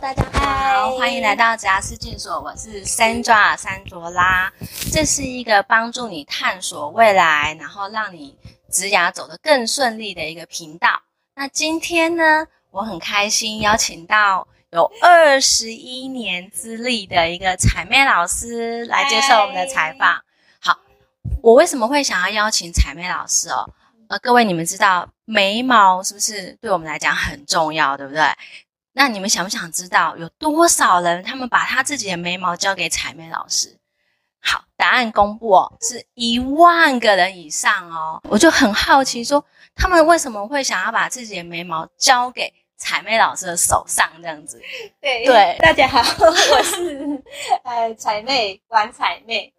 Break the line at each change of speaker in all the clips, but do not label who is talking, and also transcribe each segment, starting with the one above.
大家
好，
好，
欢迎来。到吉拉斯健所，我是 Sandra 山卓拉。这是一个帮助你探索未来，然后让你职涯走得更顺利的一个频道。那今天呢，我很开心邀请到有二十一年资历的一个彩妹老师来接受我们的采访。好，我为什么会想要邀请彩妹老师哦？呃，各位你们知道眉毛是不是对我们来讲很重要，对不对？那你们想不想知道有多少人他们把他自己的眉毛交给彩妹老师？好，答案公布哦，是一万个人以上哦。我就很好奇说，他们为什么会想要把自己的眉毛交给彩妹老师的手上这样子？
对
对
大家好， 我是呃彩妹王彩妹。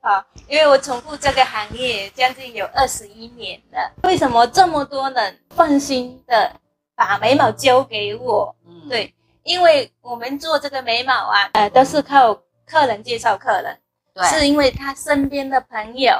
好，因为我从事这个行业将近有二十一年了，为什么这么多人放心的把眉毛交给我？
嗯，
对，因为我们做这个眉毛啊，呃，都是靠客人介绍客人，
对，
是因为他身边的朋友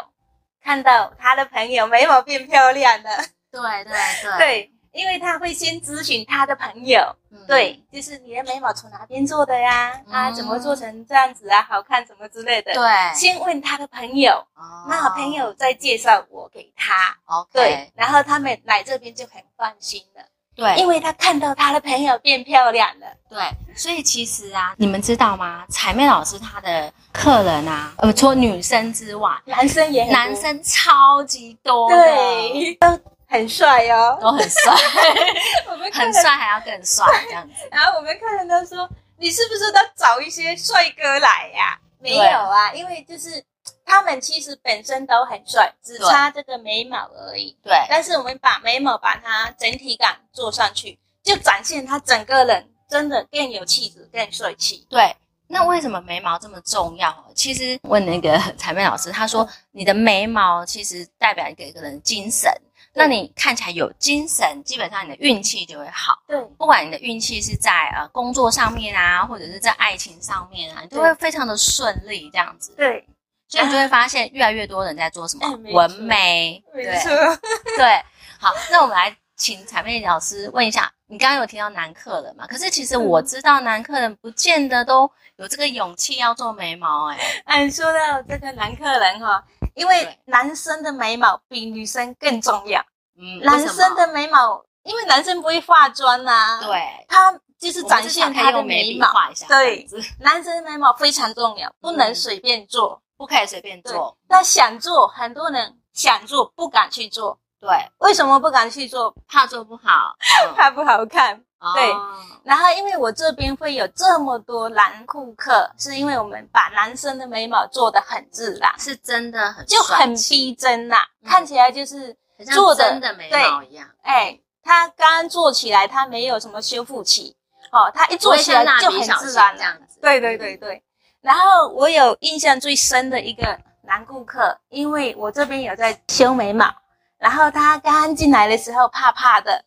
看到他的朋友眉毛变漂亮了，
对对对，
对，因为他会先咨询他的朋友，
嗯
对，就是你的眉毛从哪边做的呀？啊，
嗯
怎么做成这样子啊？好看什么之类的。
对，
先问他的朋友，
哦
那朋友再介绍我给他。对
，OK，，
然后他们来这边就很放心了，
对，
因为他看到他的朋友变漂亮了。
对，所以其实啊，你们知道吗？彩妹老师她的客人啊，呃，除了女生之外，
男生也很
男生超级多的，啊
对都很帅哦，
都很帅，
我们客人
很。帅还要更帅这样子。
然后我们客人都说，你是不是都找一些帅哥来呀、没有啊，因为就是他们其实本身都很帅，只
对
差这个眉毛而已。
对
但是我们把眉毛把它整体感做上去，就展现他整个人真的更有气质、更帅气。
对，那为什么眉毛这么重要？其实问那个 彩妹老师，她说你的眉毛其实代表一个一个人的精神。
对
那你看起来有精神，基本上你的运气就会好。
对
不管你的运气是在呃工作上面啊，或者是在爱情上面啊，你都会
对
非常的顺利这样子。
对，
所以你就会发现越来越多人在做什么
哎没错
纹眉，
没
对
错。
对，好，那我们来请彩妹老师问一下，你刚刚有提到男客人嘛？可是其实
嗯
我知道男客人不见得都有这个勇气要做眉毛、哎，
嗯，说到这个男客人哈、因为
对
男生的眉毛比女生更重要。
嗯，
男
为什么
生的眉毛，因为男生不会化妆呐、啊，，
对，
他就是
我们
展
至
现
少可以
他的
用眉
眉
笔
毛。
画一下，
对
这样子，
男生的眉毛非常重要，不
嗯
能随便做。
不可以随便
对
做，，
那想做，很多人想做不敢去做，
对，
为什么不敢去做？
怕做不好，嗯
怕不好看。对
哦
然后，因为我这边会有这么多男顾客，是因为我们把男生的眉毛做的很自然，
是真的很
就
帅
很
气
逼真呐、
嗯
看起来就是，
很像
做的
真的眉毛一样，
哎，他刚刚做起来，他没有什么修复期，哦，他一
不
做
会
起
像
来
蜡
就
笔
很
小
自
新
然啊
这
了。
样子，嗯
对对对对。然后我有印象最深的一个男顾客，因为我这边有在修眉毛，然后他刚刚进来的时候怕怕的，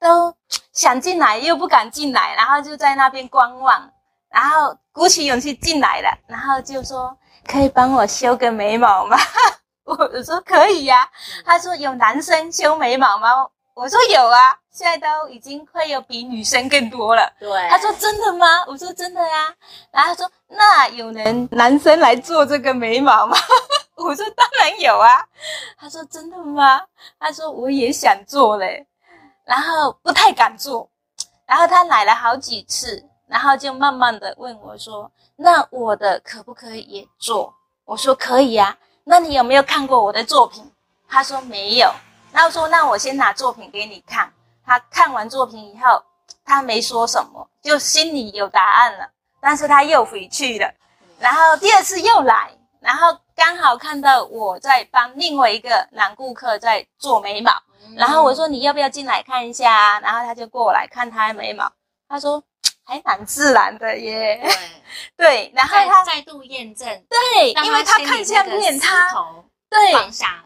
都想进来又不敢进来，然后就在那边观望，然后鼓起勇气进来了，然后就说可以帮我修个眉毛吗？ 我我说可以呀、他说有男生修眉毛吗？我说有啊，现在都已经会有比女生更多了。
对，
他说：“真的吗？”我说：“真的呀、然后他说：“那有人男生来做这个眉毛吗？” 我说：“当然有啊。”他说：“真的吗？”他说：“我也想做嘞，然后不太敢做。”然后他来了好几次，然后就慢慢的问我说：“那我的可不可以也做？”我说：“可以啊。”那你有没有看过我的作品？他说没有。那我说：“那我先拿作品给你看。”他看完作品以后，他没说什么，就心里有答案了，但是他又回去了，然后第二次又来，然后刚好看到我在帮另外一个男顾客在做眉毛，
嗯
然后我说你要不要进来看一下啊？然后他就过来看他的眉毛，他说还蛮自然的耶，
嗯 对，
对，然后
再
他
再度验证，
对，
让
因为他
心里
看相
那个
片
石
他
头
对，
放下来。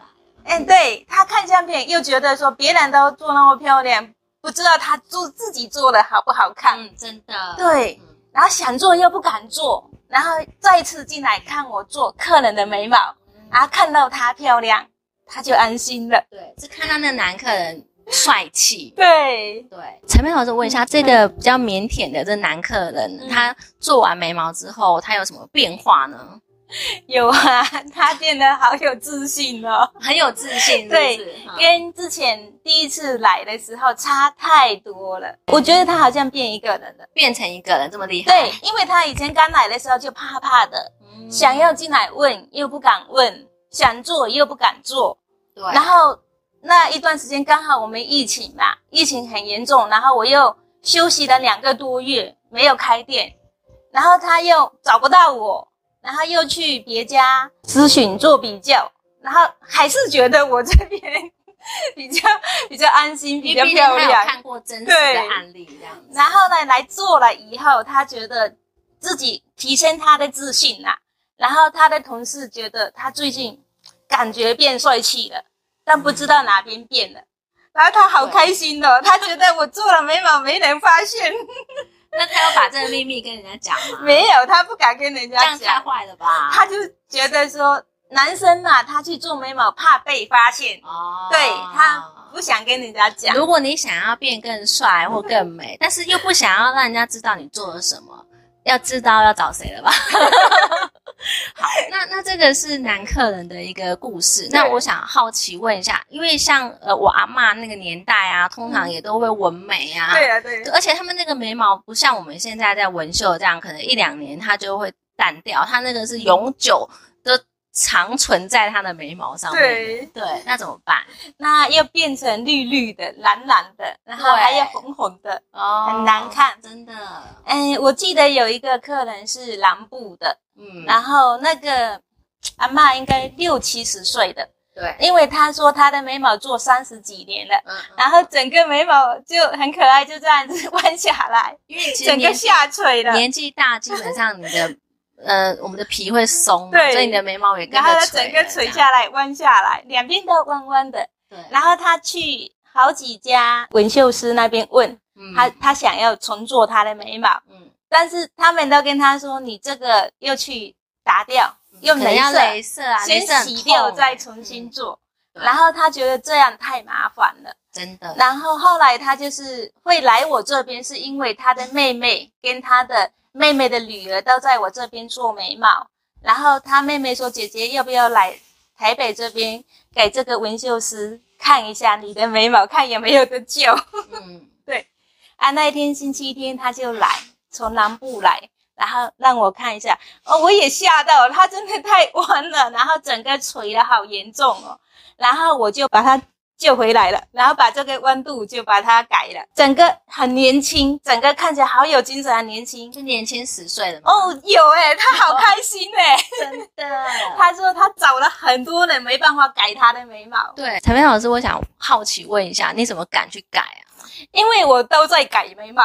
嗯，对他看相片又觉得说别人都做那么漂亮，不知道他做自己做的好不好看。
嗯，真的，
对，
嗯
然后想做又不敢做，然后再次进来看我做客人的眉毛，啊
嗯
然后看到她漂亮，他就安心了。
对，是看到那男客人帅气。
对，
对，嗯陈佩老师，我问一下，这个比较腼腆的这男客人，
嗯
他做完眉毛之后，他有什么变化呢？
有啊，他变得好有自信哦，
很有自信，
对
是不是，嗯
跟之前第一次来的时候差太多了。我觉得他好像变一个人了。
变成一个人这么厉害，
对，因为他以前刚来的时候就怕怕的，
嗯，
想要进来问又不敢问，想做又不敢做，
对，
然后那一段时间刚好我们疫情嘛，疫情很严重，然后我又休息了两个多月没有开店，然后他又找不到我，然后又去别家咨询做比较，然后还是觉得我这边 比较比较安心，比
因
较
为毕竟
漂
他有
亮。
看过真实的案例这样子，
然后呢，来做了以后，他觉得自己提升他的自信啦、然后他的同事觉得他最近感觉变帅气了，但不知道哪边变了。然后他好开心哦，他觉得我做了眉毛没人发现，
那他要把这个秘密跟人家讲吗？
没有，他不敢跟人
这样
家
太
讲，
坏了吧？
他就觉得说男生嘛，他去做眉毛怕被发现，
哦，
对他不想跟人家讲。
如果你想要变更帅
嗯
或更美，但是又不想要让人家知道你做了什么，要知道要找谁了 吧？好，那那这个是男客人的一个故事。那
对
我想好奇问一下，因为像呃我阿嬷那个年代啊，通常也都会纹眉
嗯
啊，
对啊，对啊，
而且他们那个眉毛不像我们现在在纹绣这样，可能一两年它就会淡掉，它那个是永久的长存在它的眉毛上面。
对
对，那怎么办？
那又变成绿绿的、蓝蓝的，然后
对
还有红红的，
哦
很难看
真的。
哎，我记得有一个客人是南部的，
嗯，
然后那个阿嬷应该六七十岁的，
对，
因为她说她的眉毛做三十几年了，
嗯，
然后整个眉毛就很可爱，就这样子 弯下来，
因为其实
整个
年纪
下垂了，
年纪大，基本上你 的呃，我们的皮会松嘛，
对
所以你的眉毛也跟
然后
着
她
垂了，
整个垂下来，弯下来，两边都弯弯的。
这样。对，
然后她去好几家纹绣师那边问，
嗯
她她想要重做她的眉毛，
嗯，
但是他们都跟她说，你这个又去打掉，用
嗯可能
镭
要
射。
镭射啊，
先
镭射很
洗掉
痛
再
欸
重
嗯
新做。
对
然后他觉得这样太麻烦了，
真的，
然后后来他就是会来我这边，是因为他的妹妹跟他的妹妹的女儿都在我这边做眉毛，然后他妹妹说：“姐姐要不要来台北这边给这个纹绣师看一下你的眉毛，看有没有得救？”
嗯，
啊，那一天星期天他就来，从南部来，然后让我看一下，哦，我也吓到，他真的太弯了，然后整个垂的好严重哦，然后我就把它救回来了，然后把这个弯度就把它改了，整个很年轻，整个看起来好有精神，啊很年轻。
是年轻十岁的嘛，
哦，有诶、他好开心诶、
真的。
他说他找了很多人没办法改他的眉毛，
对，彩梅老师，我想好奇问一下，你怎么敢去改啊？
因为我都在改眉毛，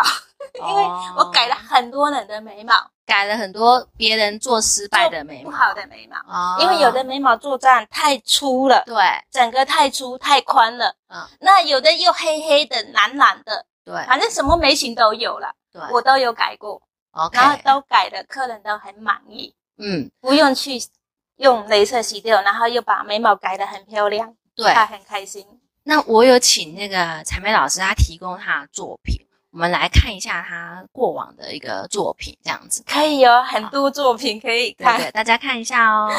因为我改了
哦
很多人的眉毛，
改了很多别人做失败的眉毛，
不好的眉毛。
哦
因为有的眉毛做这样太粗了，
对
整个太粗太宽了。
嗯
那有的又黑黑的、蓝蓝的，
对
反正什么眉型都有了，
对
我都有改过，
，OK，
然后都改的客人都很满意，
嗯，
不用去用镭射洗掉，然后又把眉毛改得很漂亮，
对。
他很开心。
那我有请那个彩梅老师，他提供他的作品，我们来看一下他过往的一个作品，这样子。
可以有、很多作品可以
对
看。
对，大家看一下哦。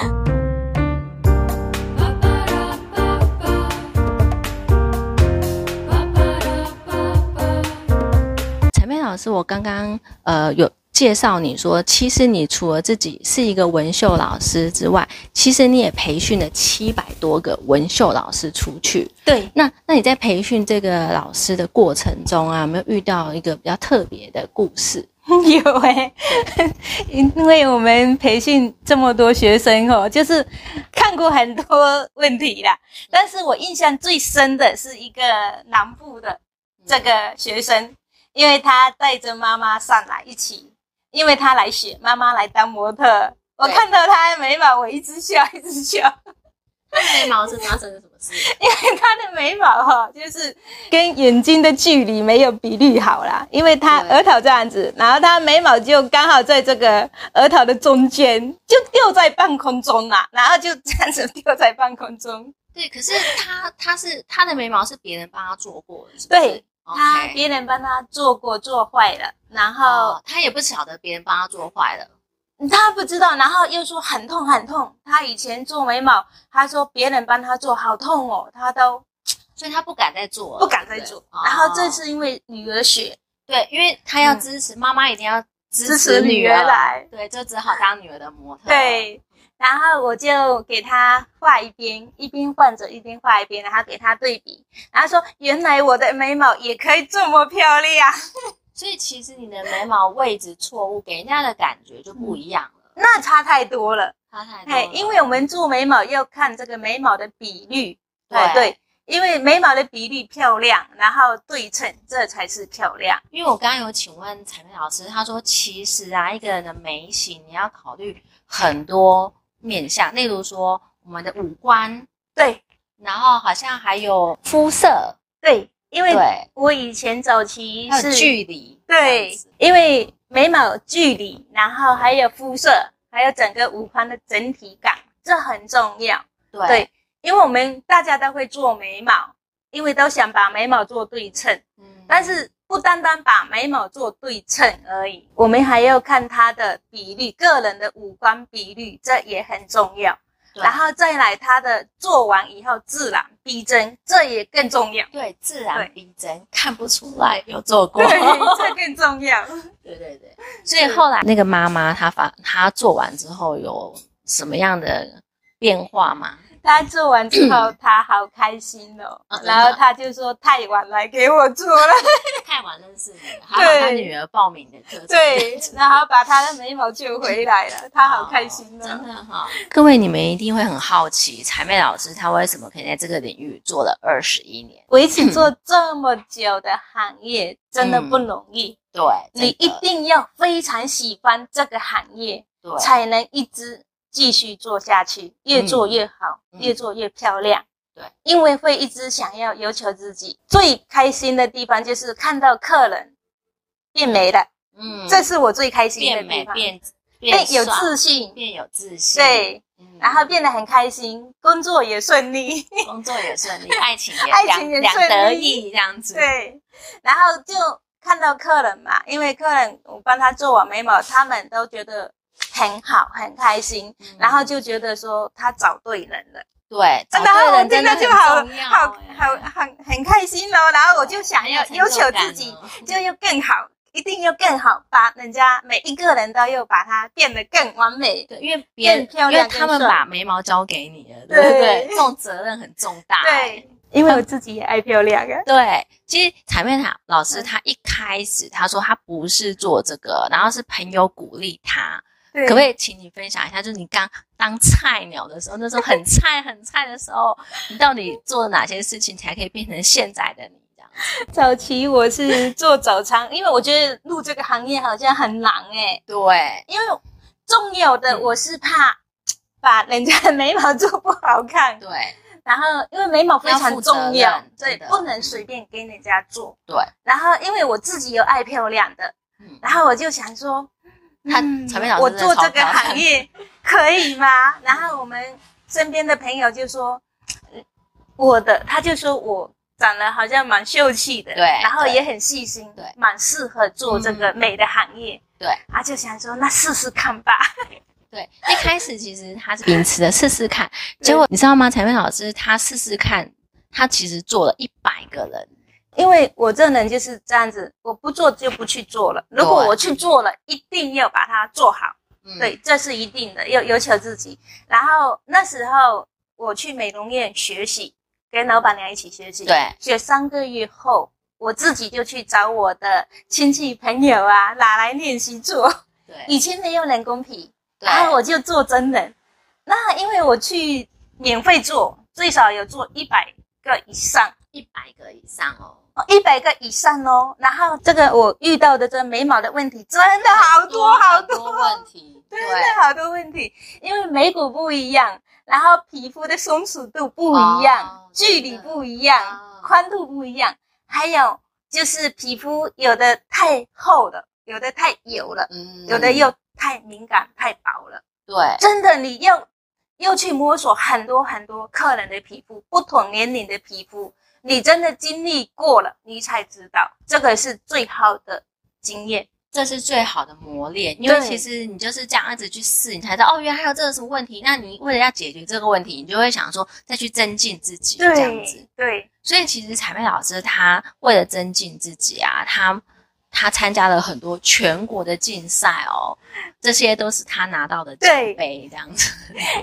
陈佩老师，我刚刚呃有介绍你说，其实你除了自己是一个纹绣老师之外，其实你也培训了七百多个纹绣老师出去。
对
那那你在培训这个老师的过程中啊，有没有遇到一个比较特别的故 事？
有哎、因为我们培训这么多学生哦，就是看过很多问题啦。但是我印象最深的是一个南部的这个学生，因为他带着妈妈上来一起，因为他来学，妈妈来当模特。我
对
看到他的眉毛，我一直笑，一直笑。
眉毛是发生了什么事？
他的眉毛哈、就是跟眼睛的距离没有比例好啦，因为他
对
额头这样子，然后他眉毛就刚好在这个额头的中间，就吊在半空中啦，然后就这样子吊在半空中。
对，可是他他是他的眉毛是别人帮他做过的，是不是
对，他
OK
别人帮他做过做坏了，然后
哦，他也不晓得别人帮他做坏了，
他不知道，然后又说很痛很痛。他以前做眉毛，他说别人帮他做好痛哦，他都
所以他不敢再做了，
不敢再
对不对
做。
哦
然后这次因为女儿血，
对，因为他要
嗯
支持、妈妈，一定要支
支持女
女
儿来
对，就只好当女儿的模特。，
对，然后我就给他画一边，一边换着一边画一边，然后给他对比，然后说原来我的眉毛也可以这么漂亮。
所以其实你的眉毛位置错误，给人家的感觉就不一样了，
那差太多了，
差太多
哎，
了。
嗯因为我们做眉毛要看这个眉毛的比率，哎
对，
对，因为眉毛的比率漂亮，然后对称，这才是漂亮。
因为我刚刚有请问彩妹老师，她说其实啊，一个人的眉形你要考虑很多面向，例如说我们的五官，
对
然后好像还有肤色，
对，因为
对，
我以前早期
还有
是
距离，这样
对
子，
因为眉毛距离，然后还有肤色，还有整个五官的整体感，这很重要。
对
对因为我们大家都会做眉毛，因为都想把眉毛做对称，
嗯
但是不单单把眉毛做对称而已，我们还要看它的比例，个人的五官比率，这也很重要。
对
然后再来它的做完以后自然逼真，这也更重要。
对自然
对
逼真，看不出来有做过。
对，这更重要。
对对对，所以后来那个妈妈她发她做完之后有什么样的变化吗？
他做完之后，他好开心哦
啊，真的
然后他就说太晚来给我做了，
太晚认识你了，还好她女儿报名的课程。
对，然后把他的眉毛救回来了，他好开心
哦真
哦。
的哈、各位你们一定会很好奇，彩妹老师她为什么可以在这个领域做了二十一年？
维持做这么久的行业真的不容易，
对，
你
真
一
的
定要非常喜欢这个行业，
对
才能一直继续做下去，越做越好，
嗯
越做越漂亮。
对，
因为会一直想要要求自己。最开心的地方就是看到客人变美了，
嗯
这是我最开心的
变
地
美
方。
变
变有
帅
自信，
变有自信，
对，
嗯
然后变得很开心，工作也顺利，
工作也顺利， 爱情也
爱
两
情也
两
顺
得
利
意这样 子，
对，然后就看到客人嘛，因为客人我帮他做完眉毛，他们都觉得很好，很开心，
嗯
然后就觉得说他找对人了。
对，找
然后
对
我
人
听
真的
到
哦很
就好
重要
好
哎
好很很开心咯，然后我就想要
很有
要
成
求
感
自己
哦
就要更好，一定要更好，把人家每一个人都要把它变得更完美。
对，因为别人
更漂
因为
亮
他们
更帅
把眉毛交给你了，对不对？
对
这种责任很重大、哎
对，因为我自己也爱漂亮啊。
对，其实彩妹塔老师
嗯
她一开始她说她不是做这个，然后是朋友鼓励她，
对
可不可以请你分享一下，就是你刚当菜鸟的时候，那时候很菜很菜的时候，你到底做了哪些事情才可以变成现在的你这样？
早期我是做早餐，因为我觉得入这个行业好像很难诶、
对，
因为重要的
嗯
我是怕把人家的眉毛做不好看，
对，
然后因为眉毛非
要
常
负责
重要
任，
对
真的，
不能随便给人家做。
对，
然后因为我自己有爱漂亮的，
嗯，
然后我就想说，
他
嗯
彩妹老师
我
真的
做
超
这个
漂亮
行业可以吗？然后我们身边的朋友就说，嗯我的他就说我长得好像蛮秀气的，
对
然后
对
也很细心，
对嗯
蛮适合做这个美的行业。
对，
啊，就想说那试试看吧。
对，一开始其实他是秉持着试试看，结
对
果你知道吗？彩妹老师她试试看，她其实做了一百个人，
因为我这人就是这样子，我不做就不去做了。如果
对
我去做了，一定要把它做好。
嗯
对，，这是一定的，要要求自己。然后那时候我去美容院学习，跟老板娘一起学习。
对
学三个月后，我自己就去找我的亲戚朋友啊，拿来练习做。
对，
以前没有人工皮，
对，
然后我就做真人。那因为我去免费做，最少有做一百个以上。
一百个以上哦，
一百个以上哦，然后这个我遇到的这眉毛的问题真的好多好多，
多问 题，对
真的好多问题，因为眉骨不一样，然后皮肤的松弛度不一样，
哦
距离不一样，
哦
宽度不一样，还有就是皮肤有的太厚了，有的太油了，
嗯
有的又太敏感太薄了，
对
真的你要又去摸索很多很多客人的皮肤，不同年龄的皮肤，你真的经历过了，你才知道这个是最好的经验。
这是最好的磨练，因为
对
其实你就是这样一直去试，你才知道哦，原来还有这个什么问题。那你为了要解决这个问题，你就会想说再去增进自己这样子。
对，
所以其实彩妹老师她为了增进自己啊，她她参加了很多全国的竞赛哦，这些都是她拿到的奖
对
杯这样子。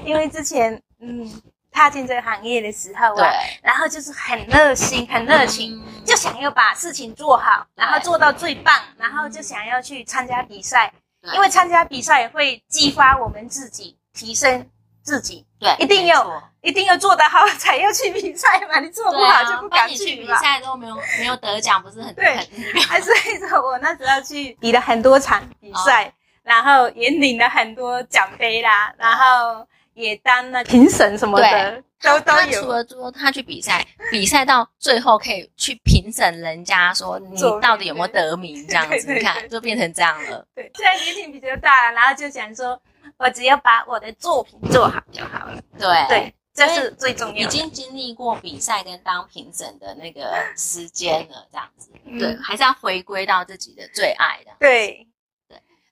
因为之前嗯踏进这个行业的时候
对
啊，，然后就是很热心，很热情，
嗯
就想要把事情做好，
对
然后做到最棒，然后就想要去参加比赛，
对
因为参加比赛也会激发我们自己，提升自己，
对，
一定
没
要
错
一定要做得好才要去比赛嘛，你做不
对
好
啊，
就不
然
敢
你去
去
比
嘛。
赛都没有没有得奖，不是很
对
很
还所以说我那时候去比了很多场比赛，
哦
然后也领了很多奖杯啦，然后也当了评审什么的，都都
他除
有。
了说他去比赛，比赛到最后可以去评审人家说你
作品
到底有没有得名这样
对
子，
对
你
对
看
对
就变成这样了。
对，现在年龄比较大，然后就想说，我只要把我的作品做好就好了。
对，
对，这是最重
已
要的。
经经历过比赛跟当评审的那个时间了，这样子，
嗯
对，还是要回归到自己的最爱的。
对，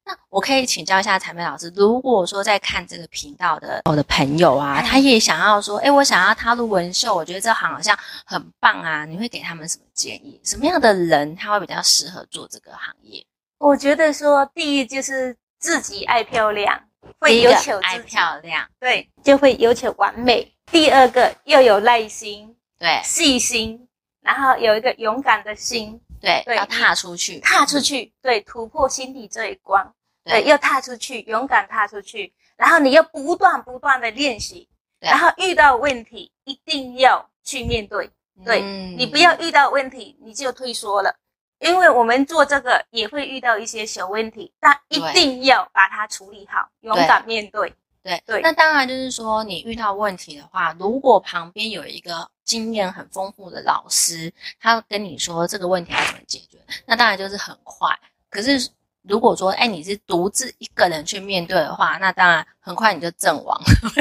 那我可以请教一下彩梅老师，如果说在看这个频道的我的朋友啊，他也想要说，哎，我想要踏入纹绣，我觉得这行好像很棒啊，你会给他们什么建议？什么样的人他会比较适合做这个行业？
我觉得说，第一就是自己爱漂亮，会
第一个
要求
爱
自己，
漂亮，
对，就会要求完美。第二个要有耐心，
对
细心，然后有一个勇敢的心，
对，
对
要踏出去，
踏出去，对，突破心底这一关，对，要踏出去，勇敢踏出去，然后你要不断不断的练习，
对
然后遇到问题一定要去面对，对
嗯
你不要遇到问题你就退缩了。因为我们做这个也会遇到一些小问题，但一
对
定要把它处理好，勇
对
敢面对。
对
对
那当然就是说，你遇到问题的话，如果旁边有一个经验很丰富的老师，他跟你说这个问题要怎么解决，那当然就是很快。可是如果说，哎，你是独自一个人去面对的话，那当然很快你就阵亡。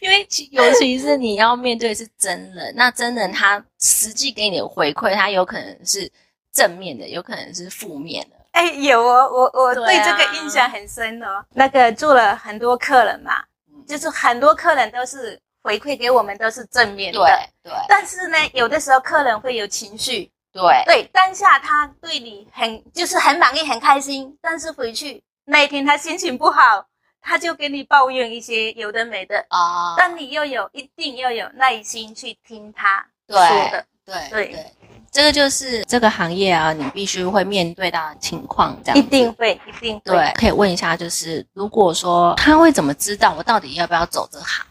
因为其尤其是你要面对是真人，那真人他实际给你的回馈，他有可能是正面的，有可能是负面的。
哎，有哦，我我
对
对这
啊
个印象很深哦。那个做了很多客人嘛，
嗯
就是很多客人都是回馈给我们都是正面的。
对对
但是呢，有的时候客人会有情绪，
对
对当下他对你很就是很满意、很开心，但是回去那一天他心情不好，他就给你抱怨一些有的没的。
啊，
但你又有一定要有耐心去听他
对
说的，
对
对
对，这个就是这个行业啊，你必须会面对到的情况，这样子
一定会，一定会。
对。可以问一下，就是如果说他会怎么知道我到底要不要走这行？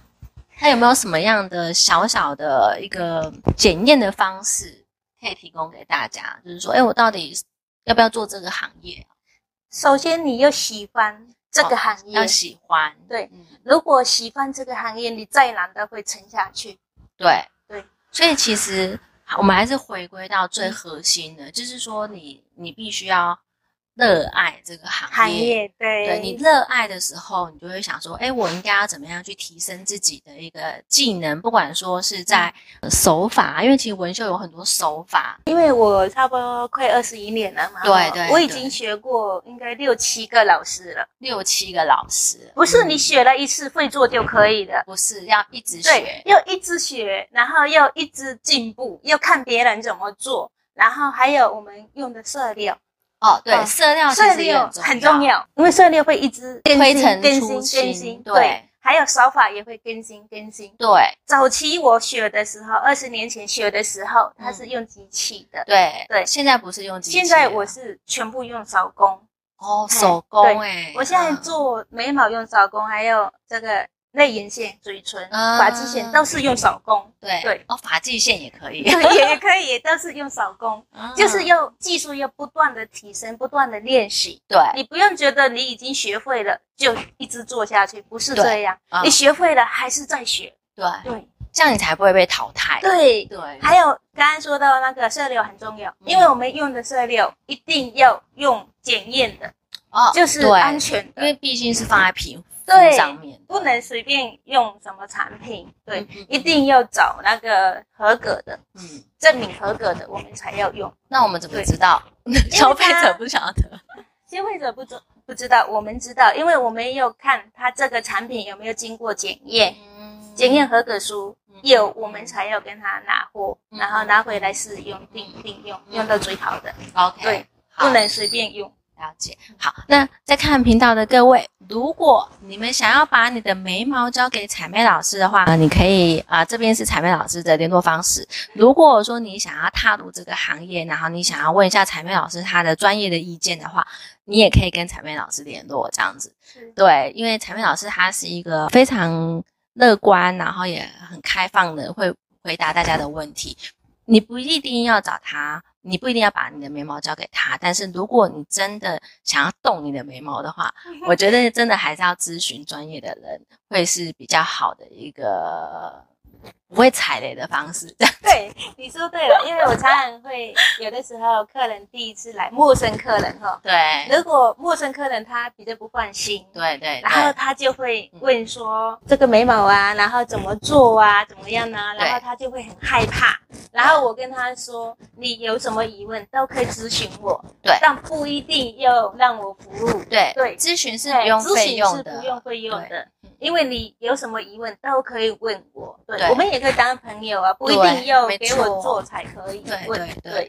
他有没有什么样的小小的一个检验的方式可以提供给大家？就是说，哎，我到底要不要做这个行业？
首先你要喜欢这个行业，
哦要喜欢，
嗯对
嗯，
如果喜欢这个行业，你再难都会撑下去。
对
对，
所以其实我们还是回归到最核心的，就是说你你必须要热爱这个行业，
行业对
对你热爱的时候，你就会想说，哎，我应该要怎么样去提升自己的一个技能？不管说是在
嗯
呃手法，因为其实纹绣有很多手法，
因为我差不多快二十一年了嘛，
对对
我已
对
经学过应该六七个老师了，
六七个老师，
不是
嗯
你学了一次会做就可以的。
不是要一直
对
学，，
要一直学，然后要一直进步，要看别人怎么做，然后还有我们用的色料，
哦，对，
嗯
色料其
色
实也
料很
重
重，要，因为色料会一直更
推
新、
陈
更
出
新、更
新
新，
对
对，还有手法也会更新、更新。
对
早期我学的时候，二十年前学的时候，它是用机器的，
对
对
现在不是用机器了，
现在我是全部用手工。
哦
哎
手工
对
哎，
我现在
嗯
做眉毛用手工，还有这个内眼线、嘴唇、
啊
发际线都是用手 工，
对
对
哦，发际线也可以，嗯
对，也也可以，也都是用手工，就是
要
要技术要不断的提升，不断的练习。
对
你不用觉得你已经学会了就一直做下去，不是这样
对啊，
你学会了还是在学。
对，
对
这样你才不会被淘汰。
对，
对嗯
还有刚刚说到那个色料很重要，因为我们用的色料一定要用检验的，
哦
就是
对
安全
因为
的。
毕竟是放在皮肤
对
上面的，
不能随便用什么产品，对，
嗯嗯
一定要找那个合格的，
嗯。
证明合格的，我们才要用。
那我们怎么
对
知道消费者不晓得？
消费者不知不知道，我们知道，因为我们有看它这个产品有没有经过检验，
嗯
检验合格书
嗯
有，我们才要跟他拿货，
嗯
然后拿回来试用、定定用，
嗯
用到最好的，
OK，
对，
好
不能随便用。
了解。好，那在看频道的各位，如果你们想要把你的眉毛交给彩妹老师的话，呃你可以啊、呃这边是彩妹老师的联络方式。如果说你想要踏入这个行业，然后你想要问一下彩妹老师她的专业的意见的话，你也可以跟彩妹老师联络，这样子。对，因为彩妹老师她是一个非常乐观，然后也很开放的，会回答大家的问题。你不一定要找她，你不一定要把你的眉毛交给她，但是如果你真的想要动你的眉毛的话，我觉得真的还是要咨询专业的人，会是比较好的一个不会踩雷的方式。
对，你说对了，因为我常常会有的时候客人第一次来，陌生客人哈，
对，
如果陌生客人他比较不放心，
对对，嗯
然后他就会问说这个眉毛啊，然后怎么做啊，怎么样呢、
对
然后他就会很害怕。然后我跟他说，你有什么疑问都可以咨询我，
对
但不一定要让我服务。
对
对
咨询是
对
不用
咨
费
询
用
是
的，
不用费用
对
的
嗯，
因为你有什么疑问都可以问我。对，
对
我们也可以当朋友啊，不一
对
定要
没
给我
错
做才可以
对
问。
对对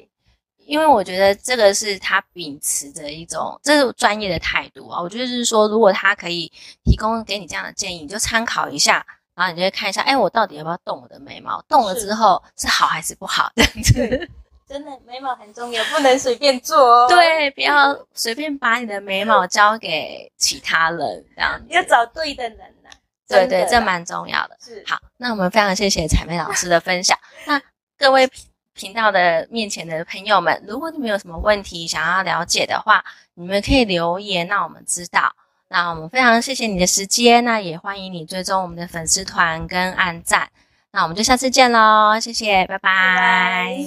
因为我觉得这个是他秉持着一种这是专业的态度啊。我觉得就是说，如果他可以提供给你这样的建议，你就参考一下，然后你就会看一下，哎，我到底要不要动我的眉毛？动了
是
之后是好还是不好？这样子
对，真的眉毛很重要，不能随便做哦。
对，不要随便把你的眉毛交给其他人，这样子
要找对的人呐、
对
真的
对，这
啦
蛮重要的。
是
好，那我们非常谢谢彩妹老师的分享。那各位频频道的面前的朋友们，如果你们有什么问题想要了解的话，你们可以留言，让我们知道。那我们非常谢谢你的时间，那也欢迎你追踪我们的粉丝团跟按赞。那我们就下次见喽，谢谢，拜拜
拜拜